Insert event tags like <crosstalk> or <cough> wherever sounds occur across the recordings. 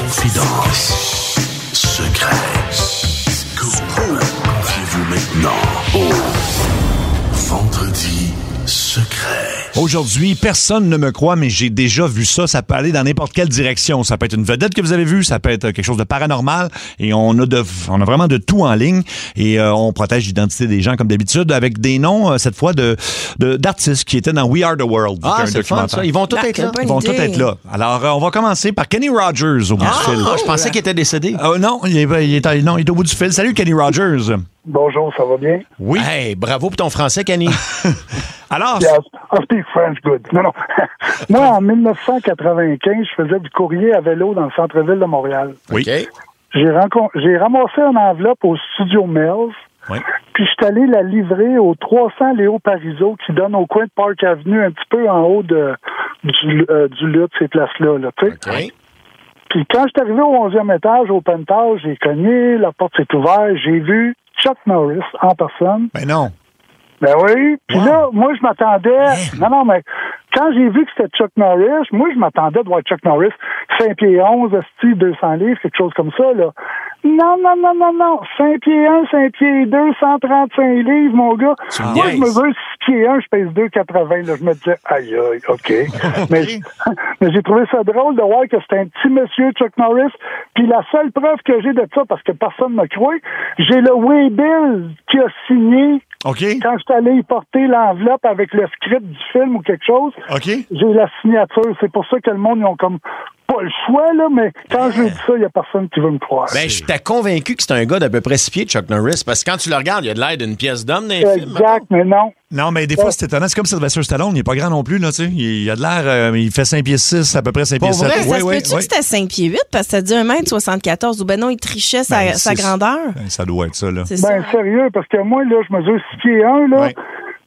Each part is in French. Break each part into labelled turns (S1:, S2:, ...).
S1: Confidence. Secret. Confiez-vous maintenant au Vendredi Secret.
S2: Aujourd'hui, personne ne me croit, mais j'ai déjà vu ça. Ça peut aller dans n'importe quelle direction. Ça peut être une vedette que vous avez vue, ça peut être quelque chose de paranormal. Et on a, de, on a vraiment de tout en ligne. Et euh, on protège l'identité des gens, comme d'habitude, avec des noms, euh, cette fois, de, de- d'artistes qui étaient dans We Are the World. qui
S3: Ah,
S2: est un
S3: c'est le fun,
S2: documentaire.
S3: ça. Ils vont tous
S4: Marc,
S3: être là.
S4: bonne
S2: Ils vont
S4: idée.
S2: tous être là. Alors, euh, on va commencer par Kenny Rogers au bout
S3: Ah,
S2: du fil.
S3: je pensais qu'il était décédé.
S2: Euh, non, il est, il est- non, il est au bout du fil. Salut, Kenny Rogers.
S5: Bonjour, ça va bien?
S2: Oui.
S3: Hey, bravo pour ton français, Kenny.
S2: Alors,
S5: Yes, I speak French good. Non, <laughs> non. Moi, en 1995, je faisais du courrier à vélo dans le centre-ville de Montréal.
S2: <laughs> Oui.
S3: OK.
S5: J'ai rencon- j'ai ramassé une enveloppe au studio Mills,
S2: Oui.
S5: puis je suis allé la livrer au 300 Léo Parizeau qui donne au coin de Park Avenue, un petit peu en haut de, du, euh, du lutte, ces places-là. Là, tu sais.
S3: OK.
S5: Puis quand je suis arrivé au 11e étage, au penthouse, j'ai cogné, la porte s'est ouverte, j'ai vu Chuck Norris en personne.
S2: ben non.
S5: Ben oui. Puis là, moi, je m'attendais. Non, non, mais quand j'ai vu que c'était Chuck Norris, moi, je m'attendais de voir Chuck Norris 5 pieds 11, style 200 livres, quelque chose comme ça, là. Non, non, non, non, non. 5 pieds 1, 5 pieds 2, 135 livres, mon gars.
S3: Tu me
S5: moi, Ah je
S3: niaises.
S5: me veux 6 pieds 1, je pèse 2,80. là. Je me disais, aïe, aïe, OK.
S2: <laughs>
S5: mais j- <laughs> mais j'ai trouvé ça drôle de voir que c'était un petit monsieur, Chuck Norris. Puis la seule preuve que j'ai de ça, parce que personne ne m'a cru, j'ai le Waybill qui a signé
S2: OK.
S5: quand je suis allé y porter l'enveloppe avec le script du film ou quelque chose,
S2: OK.
S5: j'ai la signature. C'est pour ça que le monde, ils ont comme pas le choix, là, mais
S2: Ben.
S5: quand je dis ça, il n'y a personne qui veut me croire.
S3: Ben, j'étais convaincu que c'est un gars d'à peu près six pieds, Chuck Norris, parce que quand tu le regardes, il a de l'air d'une pièce d'homme dans les films.
S5: exact, mais non.
S2: Non, mais des fois, c'est étonnant. C'est comme Sylvester Stallone. Il n'est pas grand non plus, là, tu sais. Il, il a de l'air. euh, il fait 5 pieds 6, à peu près 5
S3: Pour
S2: pieds 7.
S3: vrai?
S4: Mais ça se peut-tu que c'était 5 pieds 8 parce que ça dit 1m74 ou ben non, il trichait sa, sa grandeur?
S2: Ça doit être ça, là.
S4: C'est
S5: Ben,
S4: ça. hein.
S5: sérieux, parce que moi, là, je mesure 6 pieds 1, là,
S2: Ouais.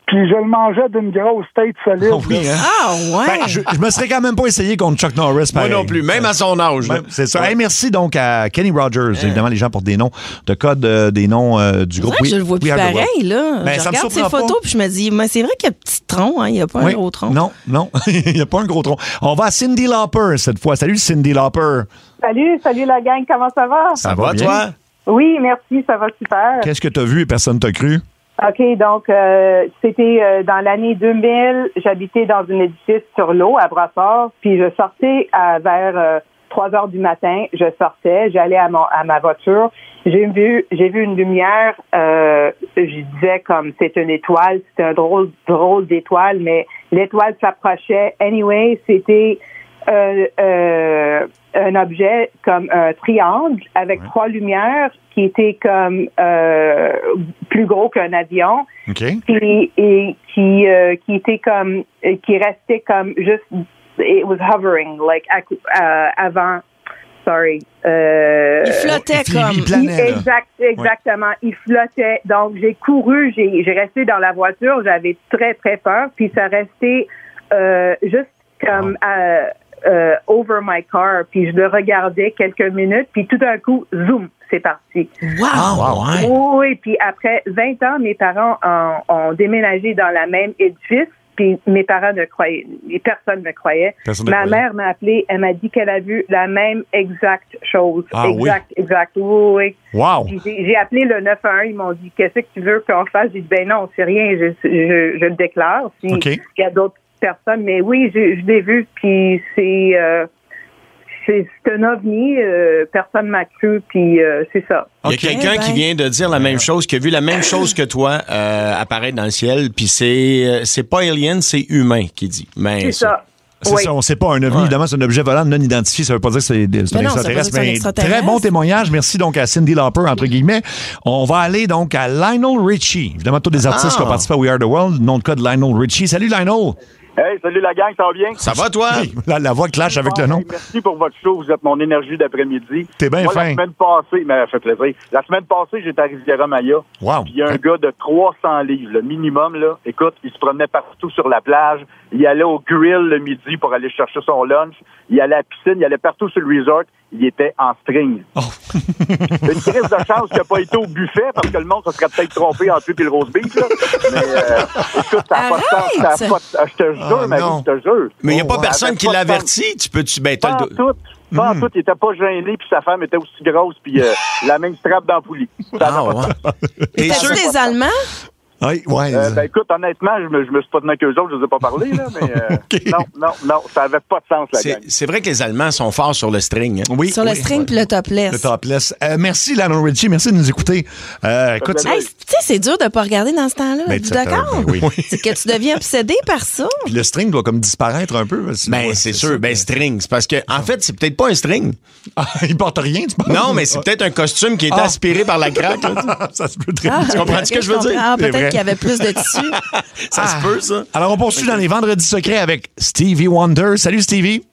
S5: puis je le mangeais d'une grosse tête
S2: <laughs>
S5: solide.
S2: Oh oui,
S5: là.
S2: hein?
S4: Ah ouais!
S2: Ben, je, je me serais quand même pas essayé contre Chuck Norris,
S3: Moi
S2: pareil.
S3: non plus, même à son âge. là. Hein?
S2: Ouais, C'est ça. Hey, merci donc à Kenny Rogers. Évidemment, les gens portent des noms de code, euh, des noms euh,
S4: C'est
S2: du
S4: vrai
S2: groupe.
S4: que
S2: We-
S4: je le vois
S2: We
S4: plus
S2: Are the World.
S4: pareil, là.
S2: Ben,
S4: je
S2: ça me
S4: regarde ses
S2: surprend pas.
S4: photos puis je me dis, mais c'est vrai qu'il y a un petit tronc, hein, il n'y a pas un
S2: Oui.
S4: gros tronc. <laughs>
S2: Non, non, <laughs> il n'y a pas un gros tronc. On va à Cindy Lauper cette fois. Salut Cindy Lauper.
S6: Salut, salut la gang, comment ça va?
S3: Ça, va,
S2: bien?
S3: toi?
S6: Oui, merci, ça va super.
S2: Qu'est-ce que tu as vu et personne t'a cru?
S6: OK, donc euh, c'était euh, dans l'année 2000, j'habitais dans une édifice sur l'eau à Brassard, puis je sortais à, vers euh, 3 heures du matin, je sortais, j'allais à, mon- à ma voiture, j'ai vu j'ai vu une lumière, euh, je disais comme c'est une étoile, c'était un drôle drôle d'étoile, mais l'étoile s'approchait. Anyway, c'était euh, euh, un objet comme un triangle avec trois lumières qui étaient comme euh, plus gros qu'un avion
S4: Ah!
S2: OK.
S6: puis- et qui euh, qui était comme euh, qui restait comme juste it was hovering like à cou- euh, avant sorry euh,
S4: Il flottait
S2: il-
S4: comme.
S2: il planait, là.
S6: Exact, exactement. Il flottait. Donc, j'ai couru, j'ai j'ai resté dans la voiture, j'avais très, très peur. Puis, ça restait euh, juste comme euh, euh, over my car. Puis, je le regardais quelques minutes. Puis, tout d'un coup, zoom, c'est parti.
S4: Wow!
S2: Ah,
S3: ouais.
S6: Oui, puis après 20 ans, mes parents ont, ont déménagé dans la même édifice. Puis mes parents ne croyaient, et personne ne croyait.
S2: Personne ne
S6: Ma
S2: croyait.
S6: mère m'a appelé, elle m'a dit qu'elle a vu la même exacte chose.
S2: Ah oui?
S6: exact, exact. Oui, oui.
S2: Wow.
S6: Puis J'ai j'ai appelé le 911, ils m'ont dit qu'est-ce que tu veux qu'on fasse. J'ai dit ben non, c'est rien, je, je, je le déclare. Puis
S2: OK.
S6: il y a d'autres personnes, mais oui, je, je l'ai vu. Puis c'est euh, c'est c'est un ovni, euh, personne m'a cru. Puis euh, c'est ça.
S3: Il y a
S2: Ok.
S3: quelqu'un
S4: Eh ben.
S3: qui vient de dire la même chose, qui a vu la même chose que toi euh, apparaître dans le ciel, puis c'est euh, c'est pas alien, c'est humain qui dit. Mais
S6: C'est ça.
S2: C'est
S6: Oui.
S2: ça, on sait pas. Un ovni,
S3: Ouais.
S2: évidemment, c'est un objet volant non identifié. Ça veut pas dire que c'est c'est un
S4: Mais non, ça veut
S2: extraterrestre,
S4: pas dire que c'est un
S2: mais
S4: extraterrestre.
S2: très bon témoignage. Merci donc à Cindy Lauper, entre guillemets. On va aller donc à Lionel Richie. Évidemment, tous des artistes
S3: Ah.
S2: qui ont participé à We Are the World, nom de code Lionel Richie. Salut Lionel!
S7: Hey, salut la gang, ça va bien? Ah,
S3: Ça va, toi?
S2: <laughs> La, la voix clash avec le nom.
S7: Merci pour votre show. Vous êtes mon énergie d'après-midi.
S2: T'es bien
S7: Moi,
S2: fin.
S7: La semaine passée, mais ça fait plaisir. La semaine passée, j'étais à Riviera-Maya.
S2: Wow.
S7: Puis il y a un gars de 300 livres, le minimum, là. Écoute, il se promenait partout sur la plage. Il allait au grill le midi pour aller chercher son lunch. Il allait à la piscine. Il allait partout sur le resort. Il était en string.
S3: Oh.
S7: <laughs> Une crise de chance qu'il n'a pas été au buffet parce que le monde se serait peut-être trompé entre lui et le roast beef, là. Mais, euh, écoute, ça n'a pas de sens. Ça a pas de- ah, Je te jure,
S2: Ah,
S7: ma vie,
S2: non.
S7: je te jure.
S3: Mais il n'y a
S7: Oh,
S3: pas
S7: ouais.
S3: personne
S7: Avec
S3: qui
S7: pas de
S3: l'avertit. Tu peux. Tu, ben, t'as
S7: Pas en
S3: le Hmm. do-
S7: tout. Pas en tout. Il était pas gêné, puis sa femme était aussi grosse, puis euh, la même strap dans la poulie. Ça n'a
S3: Ah,
S7: pas de
S3: ouais.
S7: sens.
S3: T'es
S4: T'as-tu
S3: sûr?
S4: des Allemands?
S2: Ah, Oui, ouais.
S7: Euh, ben, écoute, honnêtement, je me, je me suis pas tenu avec eux autres, je les ai pas parlé, là, mais euh, non, non, non, ça avait pas de sens, la
S3: C'est
S7: gang.
S3: c'est vrai que les Allemands sont forts sur le string. hein.
S2: oui,
S4: Sur le
S2: oui.
S4: string puis le topless.
S2: Le topless. Euh, merci, Lionel Richie. Merci de nous écouter. Euh, écoute,
S7: fait
S2: c'est-
S7: plaisir.
S4: Hey, tu sais, c'est dur de pas regarder dans ce temps-là.
S2: Ben,
S4: Êtes-vous
S2: ça fait-
S4: d'accord?
S2: ben oui.
S4: <laughs> C'est que tu deviens obsédé par ça.
S2: puis le string doit comme disparaître un peu. parce que-
S3: Ben,
S2: ouais,
S3: c'est sûr.
S2: ça.
S3: Ben, string. C'est parce que, en fait, c'est peut-être pas un string.
S2: Ah, <laughs> il porte rien, tu penses?
S3: Non, mais c'est peut-être un costume qui est
S2: Ah.
S3: aspiré par la craque. là.
S2: <laughs> ça se peut très
S4: Ah,
S2: bien.
S3: Tu comprends ce que je veux dire?
S4: Ah,
S2: C'est vrai.
S4: peut-être qu'il y avait plus de tissu.
S3: <laughs>
S4: Ah.
S3: Ça se peut, ça.
S2: Alors, on poursuit dans les vendredis secrets avec Stevie Wonder. Salut, Stevie.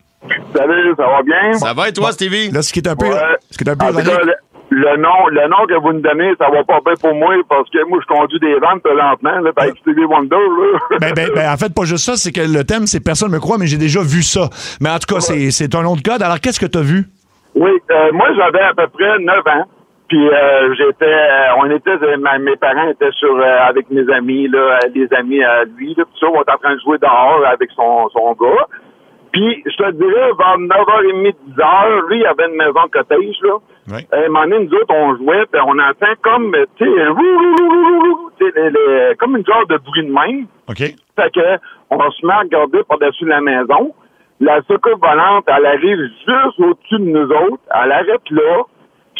S7: Salut, ça va bien?
S3: Ça va et toi, Stevie?
S2: Là, ce qui est un peu.
S7: Ouais.
S2: Ce qui est un peu.
S7: En tout cas,
S2: ironique-
S7: le, le nom, le nom que vous me donnez, ça va pas bien pour moi parce que moi, je conduis des ventes lentement, là, avec Stevie Wonder, là.
S2: Ben, ben, ben, en fait, pas juste ça, c'est que le thème, c'est personne me croit, mais j'ai déjà vu ça. Mais en tout cas, c'est- c'est un autre code. Alors, qu'est-ce que t'as vu?
S7: Oui, euh, moi j'avais à peu près 9 ans. Puis euh, j'étais, euh, on était, euh, ma- mes parents étaient sur euh, avec mes amis là, euh, des amis à lui, là, puis ça, on était en train de jouer dehors avec son son gars. Puis je te dirais vers 9h30, 10h, lui il avait une maison de cottage là.
S2: Ouais.
S7: Euh, à un moment donné, nous autres on jouait, puis on entend comme euh, tu sais, rou, rou, rou, rou, rou, rou, tu sais, les- les- comme une genre de bruit de même.
S2: OK.
S7: Fait que, on se met à regarder par-dessus la maison. La soucoupe volante, elle arrive juste au-dessus de nous autres. Elle arrête là.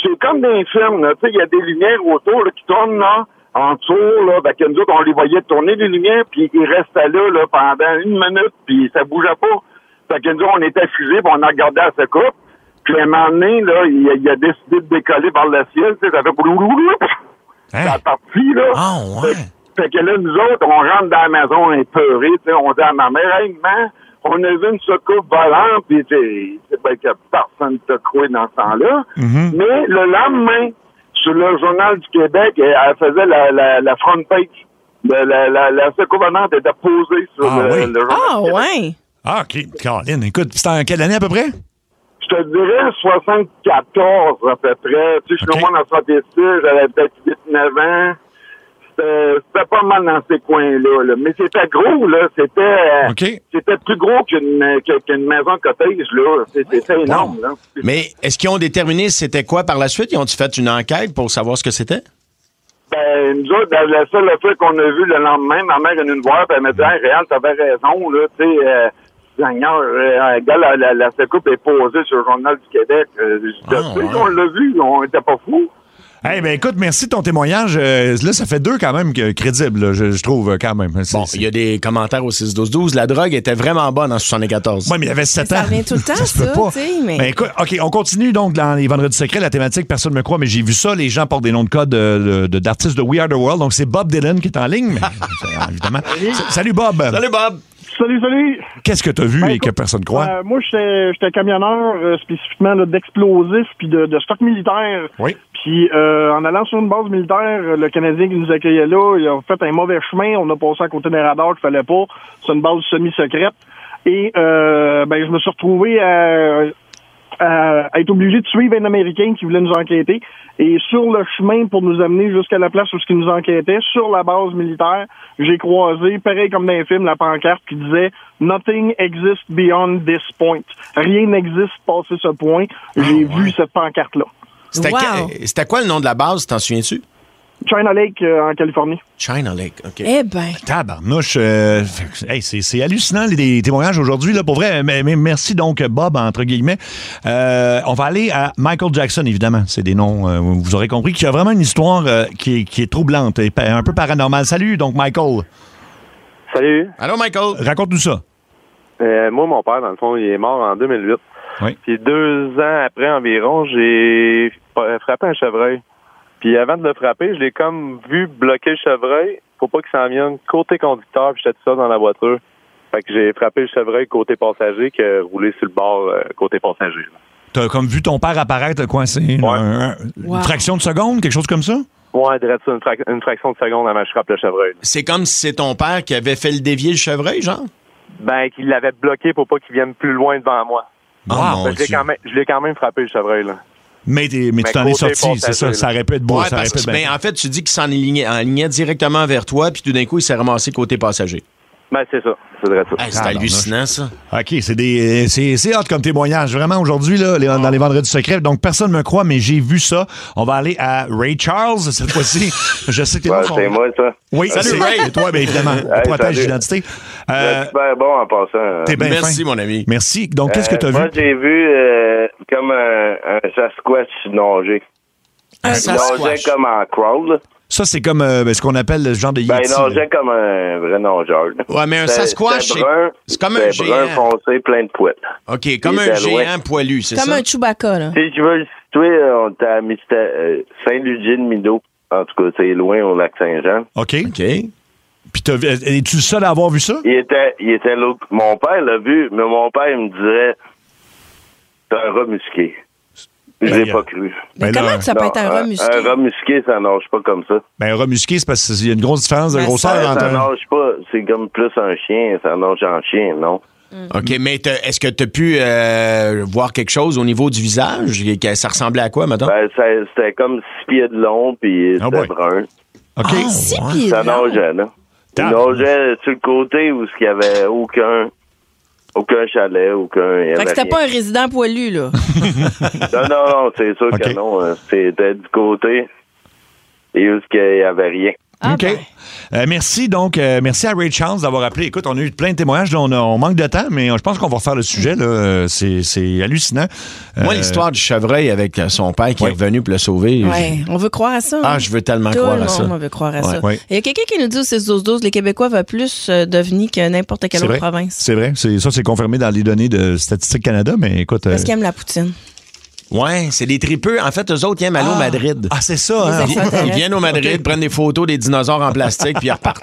S7: C'est comme dans les films, là. Tu sais, il y a des lumières autour, là, qui tournent, là, en tour, là. Fait que nous autres, on les voyait tourner, les lumières, puis ils restaient là, là, pendant une minute, puis ça bougeait pas. Fait que nous autres, on était fusés, puis on a regardé la soucoupe. Puis à un moment donné, là, il a, il a décidé de décoller par le ciel, tu sais, ça fait bloulouloulou,
S2: Hein?
S7: ça a parti, là.
S3: Ah, ouais.
S7: Fait que là, nous autres, on rentre dans la maison épeurés, tu sais, on dit à ma mère, hey, maman, on a vu une soucoupe volante, puis tu sais, c'est pas que personne t'a croué dans ce temps-là. Mais le lendemain, sur le Journal du Québec, elle elle faisait la, la, la front page. La, la, la, la soucoupe volante était posée sur
S2: Ah
S7: le,
S2: oui.
S7: le Journal
S4: Ah,
S7: du Québec.
S4: ouais.
S2: Ah, OK. Caroline, écoute, c'était en quelle année à peu près?
S7: Je te dirais 74 à peu près. Tu sais, je suis
S2: Ok.
S7: au moins dans 76, j'avais peut-être 8, 9 ans. C'était c'était pas mal dans ces coins-là. là. Mais c'était gros, là. C'était euh,
S2: Ok.
S7: c'était plus gros qu'une euh, que- qu'une maison de cottage, là. C'est- C'était énorme, là.
S3: Mais est-ce qu'ils ont déterminé c'était quoi par la suite? Ils ont-tu fait une enquête pour savoir ce que c'était?
S7: Ben, nous autres, la, la seule affaire qu'on a vue le lendemain, ma mère est venue nous voir, puis elle m'a dit, hey, Réal, t'avais raison, là, tu sais, euh, Seigneur, euh, regarde, la, la, la secoupe est posée sur le Journal du Québec. Euh, je-
S3: Ah,
S7: tu sais,
S3: ouais.
S7: On l'a vu, on était pas fous.
S2: Eh ben écoute, merci de ton témoignage. Euh, là, ça fait deux quand même que crédible, là, je, je trouve, euh, quand même.
S3: Bon, il y a des commentaires au 6-12-12. La drogue était vraiment bonne en 74.
S2: Oui, mais il y avait 7 ans.
S4: Ça revient tout le temps,
S2: se peut
S4: ça,
S2: pas.
S4: tu sais, mais-
S2: Ben, écoute, OK, on continue donc dans les Vendredis secrets, la thématique, personne ne me croit, mais j'ai vu ça, les gens portent des noms de code euh, de- de- d'artistes de, We Are The World, donc c'est Bob Dylan qui est en ligne,
S4: <laughs>
S2: mais c'est- évidemment. S- Salut Bob!
S3: Salut, Bob.
S8: Salut, salut.
S2: Qu'est-ce que t'as vu
S8: Ben,
S2: et
S8: écoute,
S2: que personne croit?
S8: Euh, moi, j'étais j'étais camionneur euh, spécifiquement là, d'explosifs puis de, de stock militaire.
S2: Oui.
S8: Puis euh, en allant sur une base militaire, euh, le Canadien qui nous accueillait là, il a fait un mauvais chemin. On a passé à côté d'un radar qu'il fallait pas. C'est une base semi-secrète. Et euh, ben, je me suis retrouvé à, euh, à- à être obligé de suivre un Américain qui voulait nous enquêter. Et sur le chemin pour nous amener jusqu'à la place où ce qui nous enquêtait, sur la base militaire, j'ai croisé, pareil comme dans les films, la pancarte qui disait « Nothing exists beyond this point ». Rien n'existe passé ce point. J'ai vu cette pancarte-là.
S3: C'était
S4: Wow.
S3: que- c'était quoi le nom de la base? T'en souviens-tu?
S8: China Lake, euh, en Californie.
S3: China Lake. OK.
S4: Eh ben.
S2: Tabarnouche, euh, fait- hey, c'est c'est hallucinant les, les témoignages aujourd'hui, là, pour vrai. Mais, mais merci donc, Bob, entre guillemets. Euh, on va aller à Michael Jackson, évidemment. C'est des noms, euh, vous aurez compris, qui a vraiment une histoire euh, qui, est, qui est troublante et pa- un peu paranormale. Salut, donc, Michael.
S7: Salut.
S3: Allô, Michael.
S2: Raconte-nous ça.
S7: Euh, moi, mon père, dans le fond, il est mort en 2008.
S2: Oui.
S7: Puis deux ans après environ, j'ai
S9: euh,
S7: fra- frappé un chevreuil. Puis avant de le frapper, je l'ai comme vu bloquer le chevreuil pour pas qu'il s'en vienne côté conducteur, puis j'étais tout seul dans la voiture.
S9: Fait que j'ai frappé le chevreuil côté passager que roulé sur le bord euh, côté passager. là.
S2: T'as comme vu ton père apparaître coincé un- un-
S9: Wow.
S2: une fraction de seconde, quelque chose comme ça?
S9: Ouais, direct ça, une, frac- une fraction de seconde avant que je frappe le chevreuil.
S3: C'est comme si c'est ton père qui avait fait le dévier le chevreuil, genre?
S9: Ben, qu'il l'avait bloqué pour pas qu'il vienne plus loin devant moi.
S2: Ah,
S9: Fait
S2: mon
S9: que je l'ai
S2: Dieu.
S9: quand même, je l'ai quand même frappé le chevreuil, là.
S2: Mais, t'es- mais tu
S9: Mais
S2: t'en es
S9: côté
S2: sorti, c'est
S9: passager,
S2: ça.
S9: là.
S2: Ça aurait pu être beau,
S3: Ouais,
S2: ça aurait
S3: parce
S2: pu être
S3: que,
S2: bien.
S3: ben, en fait, tu dis qu'il s'en alignait, alignait directement vers toi, puis tout d'un coup, il s'est ramassé côté passager.
S9: Ben, c'est ça. C'est vrai, ça.
S3: Hey, c'est hallucinant, ça.
S2: OK, c'est des c'est c'est hot comme témoignage vraiment aujourd'hui là les- dans les vendredis secrets. Donc personne me croit mais j'ai vu ça. On va aller à Ray Charles cette fois-ci. <laughs> Je sais tes noms sont-
S10: Ah, c'est moi, ça.
S2: Oui,
S10: Salut,
S2: c'est
S10: Ray.
S2: c'est toi bien
S10: <laughs>
S2: évidemment.
S10: Hey,
S2: On protège
S10: salut.
S2: l'identité. Euh,
S10: Vous êtes super bon en passant. hein.
S2: T'es bien fin. Merci. Donc qu'est-ce que
S10: Euh,
S2: t'as
S10: Moi,
S2: vu
S10: j'ai vu euh, comme un, un Sasquatch nager.
S2: Un
S10: Il nageait
S2: Sasquatch.
S10: comme en crawl.
S2: Ça c'est comme euh, ben, ce qu'on appelle le genre de
S10: Ben,
S2: yeti,
S10: il
S2: là.
S10: nageait comme un vrai nageur. là.
S3: Ouais, mais un
S10: C'était-
S3: Sasquatch,
S10: c'était
S3: c'est-
S10: brun,
S3: c'est comme un
S10: c'était brun
S3: géant.
S10: foncé, plein de poils.
S3: OK, comme
S10: Des
S3: un
S10: alouettes.
S3: géant poilu, c'est
S4: Comme
S3: ça?
S4: un Chewbacca, là.
S10: Si tu veux le situer, euh, on était à Mista- euh, Saint-Lugine-Mido. En tout cas, c'est loin au lac Saint-Jean.
S2: OK. OK. Puis t'as vu- es-tu le seul à avoir vu ça
S10: Il était, il était l'autre. Mon père l'a vu, mais mon père il me dirait c'est un rat musqué. Je l'ai pas cru.
S2: Mais Ben comment là, que ça peut être un rat musqué?
S10: Un rat musqué, ça nage pas comme ça. Ben,
S2: Ben remusqué c'est parce qu'il y a une grosse différence de grosseur
S10: ça,
S2: entre
S10: ça
S2: un-
S10: nage pas. C'est comme plus un chien. Ça nage en chien, non?
S4: Mm.
S3: OK, mais t'as- est-ce que tu as pu euh, voir quelque chose au niveau du visage? Et que Ça ressemblait à quoi, maintenant?
S10: Ben, ça- c'était comme six pieds de long, puis c'était
S3: boy.
S10: brun.
S2: Ah, OK.
S3: six pieds
S10: ça
S3: de long.
S10: nageait, là. Il
S2: Tabarnak.
S10: nageait sur le côté où il n'y avait aucun, aucun chalet, aucun... il y
S4: Fait
S10: avait
S4: que c'était
S10: rien.
S4: pas un résident poilu,
S2: <laughs>
S4: là.
S10: Non, non, non, c'est sûr que non. hein. C'était du côté et où il n'y avait rien.
S4: Ah,
S2: OK.
S4: ben.
S2: Euh, merci donc, euh, merci à Ray Charles d'avoir appelé. Écoute, on a eu plein de témoignages, là, on, a- on manque de temps, mais euh, je pense qu'on va refaire le sujet. là. Euh, C'est c'est hallucinant.
S3: Moi,
S2: Euh,
S3: l'histoire du chevreuil avec euh, son père qui est revenu pour le sauver.
S4: Ouais, on veut croire à ça.
S3: Ah,
S4: hein.
S3: je veux tellement
S4: Tout
S3: croire
S4: le
S3: à ça.
S4: monde, on veut croire à
S3: Ouais.
S4: ça.
S3: Ouais.
S4: Il y a quelqu'un qui nous dit au 6-12-12, les Québécois veulent plus euh, d'ovnis que n'importe quelle
S2: c'est
S4: autre
S2: vrai.
S4: province.
S2: C'est vrai. C'est- Ça, c'est confirmé dans les données de Statistique Canada, mais écoute. euh,
S4: Parce qu'ils aiment la poutine. <laughs>
S3: Ouais, c'est des tripeux. En fait, eux autres, ils aiment aller au Madrid.
S2: Ah, c'est ça,
S4: hein? Les extraterrestres.
S3: Ils viennent au Madrid, prennent des photos des dinosaures en plastique, puis ils repartent.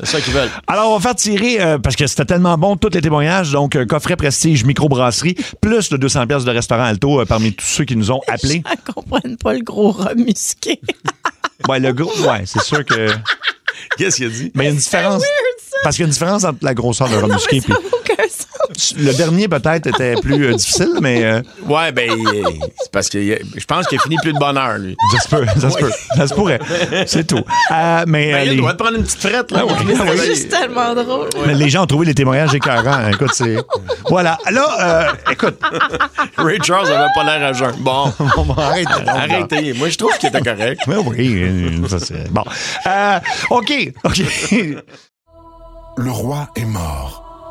S3: C'est ça qu'ils veulent.
S2: Alors, on va faire tirer, euh, parce que c'était tellement bon, tous les témoignages. Donc, euh, coffret prestige, microbrasserie, plus le 200 pièces de restaurant Alto euh, parmi tous ceux qui nous ont
S4: <laughs>
S2: appelés.
S4: Ils comprennent pas le gros rat musqué.
S2: Ouais, le gros, ouais, c'est sûr que.
S3: <laughs> Qu'est-ce qu'il a dit?
S2: Mais il y a une différence. Parce qu'il y a une différence entre la grosseur de
S3: Non,
S2: Rob
S3: mais
S2: Musqué
S3: ça
S2: puis- <laughs> Le dernier, peut-être, était plus euh, difficile, mais. euh,
S3: Ouais, ben, euh, c'est parce que euh, je pense qu'il a fini plus de bonne heure, lui.
S2: Ça se peut, ça se peut. Ça se pourrait. C'est tout. Euh, mais, euh,
S3: Ben,
S2: les,
S3: il doit te prendre une petite frette, là.
S2: Ah oui, ah
S4: <laughs>
S2: oui.
S4: C'est tellement drôle.
S2: mais les gens ont trouvé les témoignages écœurants. hein, Écoute, c'est. Voilà. Là, euh, écoute.
S3: <laughs> Ray Charles avait pas l'air à jeun. Bon.
S2: <laughs> Bon, arrête donc, là.
S3: Arrêtez. Moi, je trouve qu'il était correct.
S2: Oui, oui. euh, ça, c'est- bon. Euh, OK. OK.
S11: <laughs> Le roi est mort,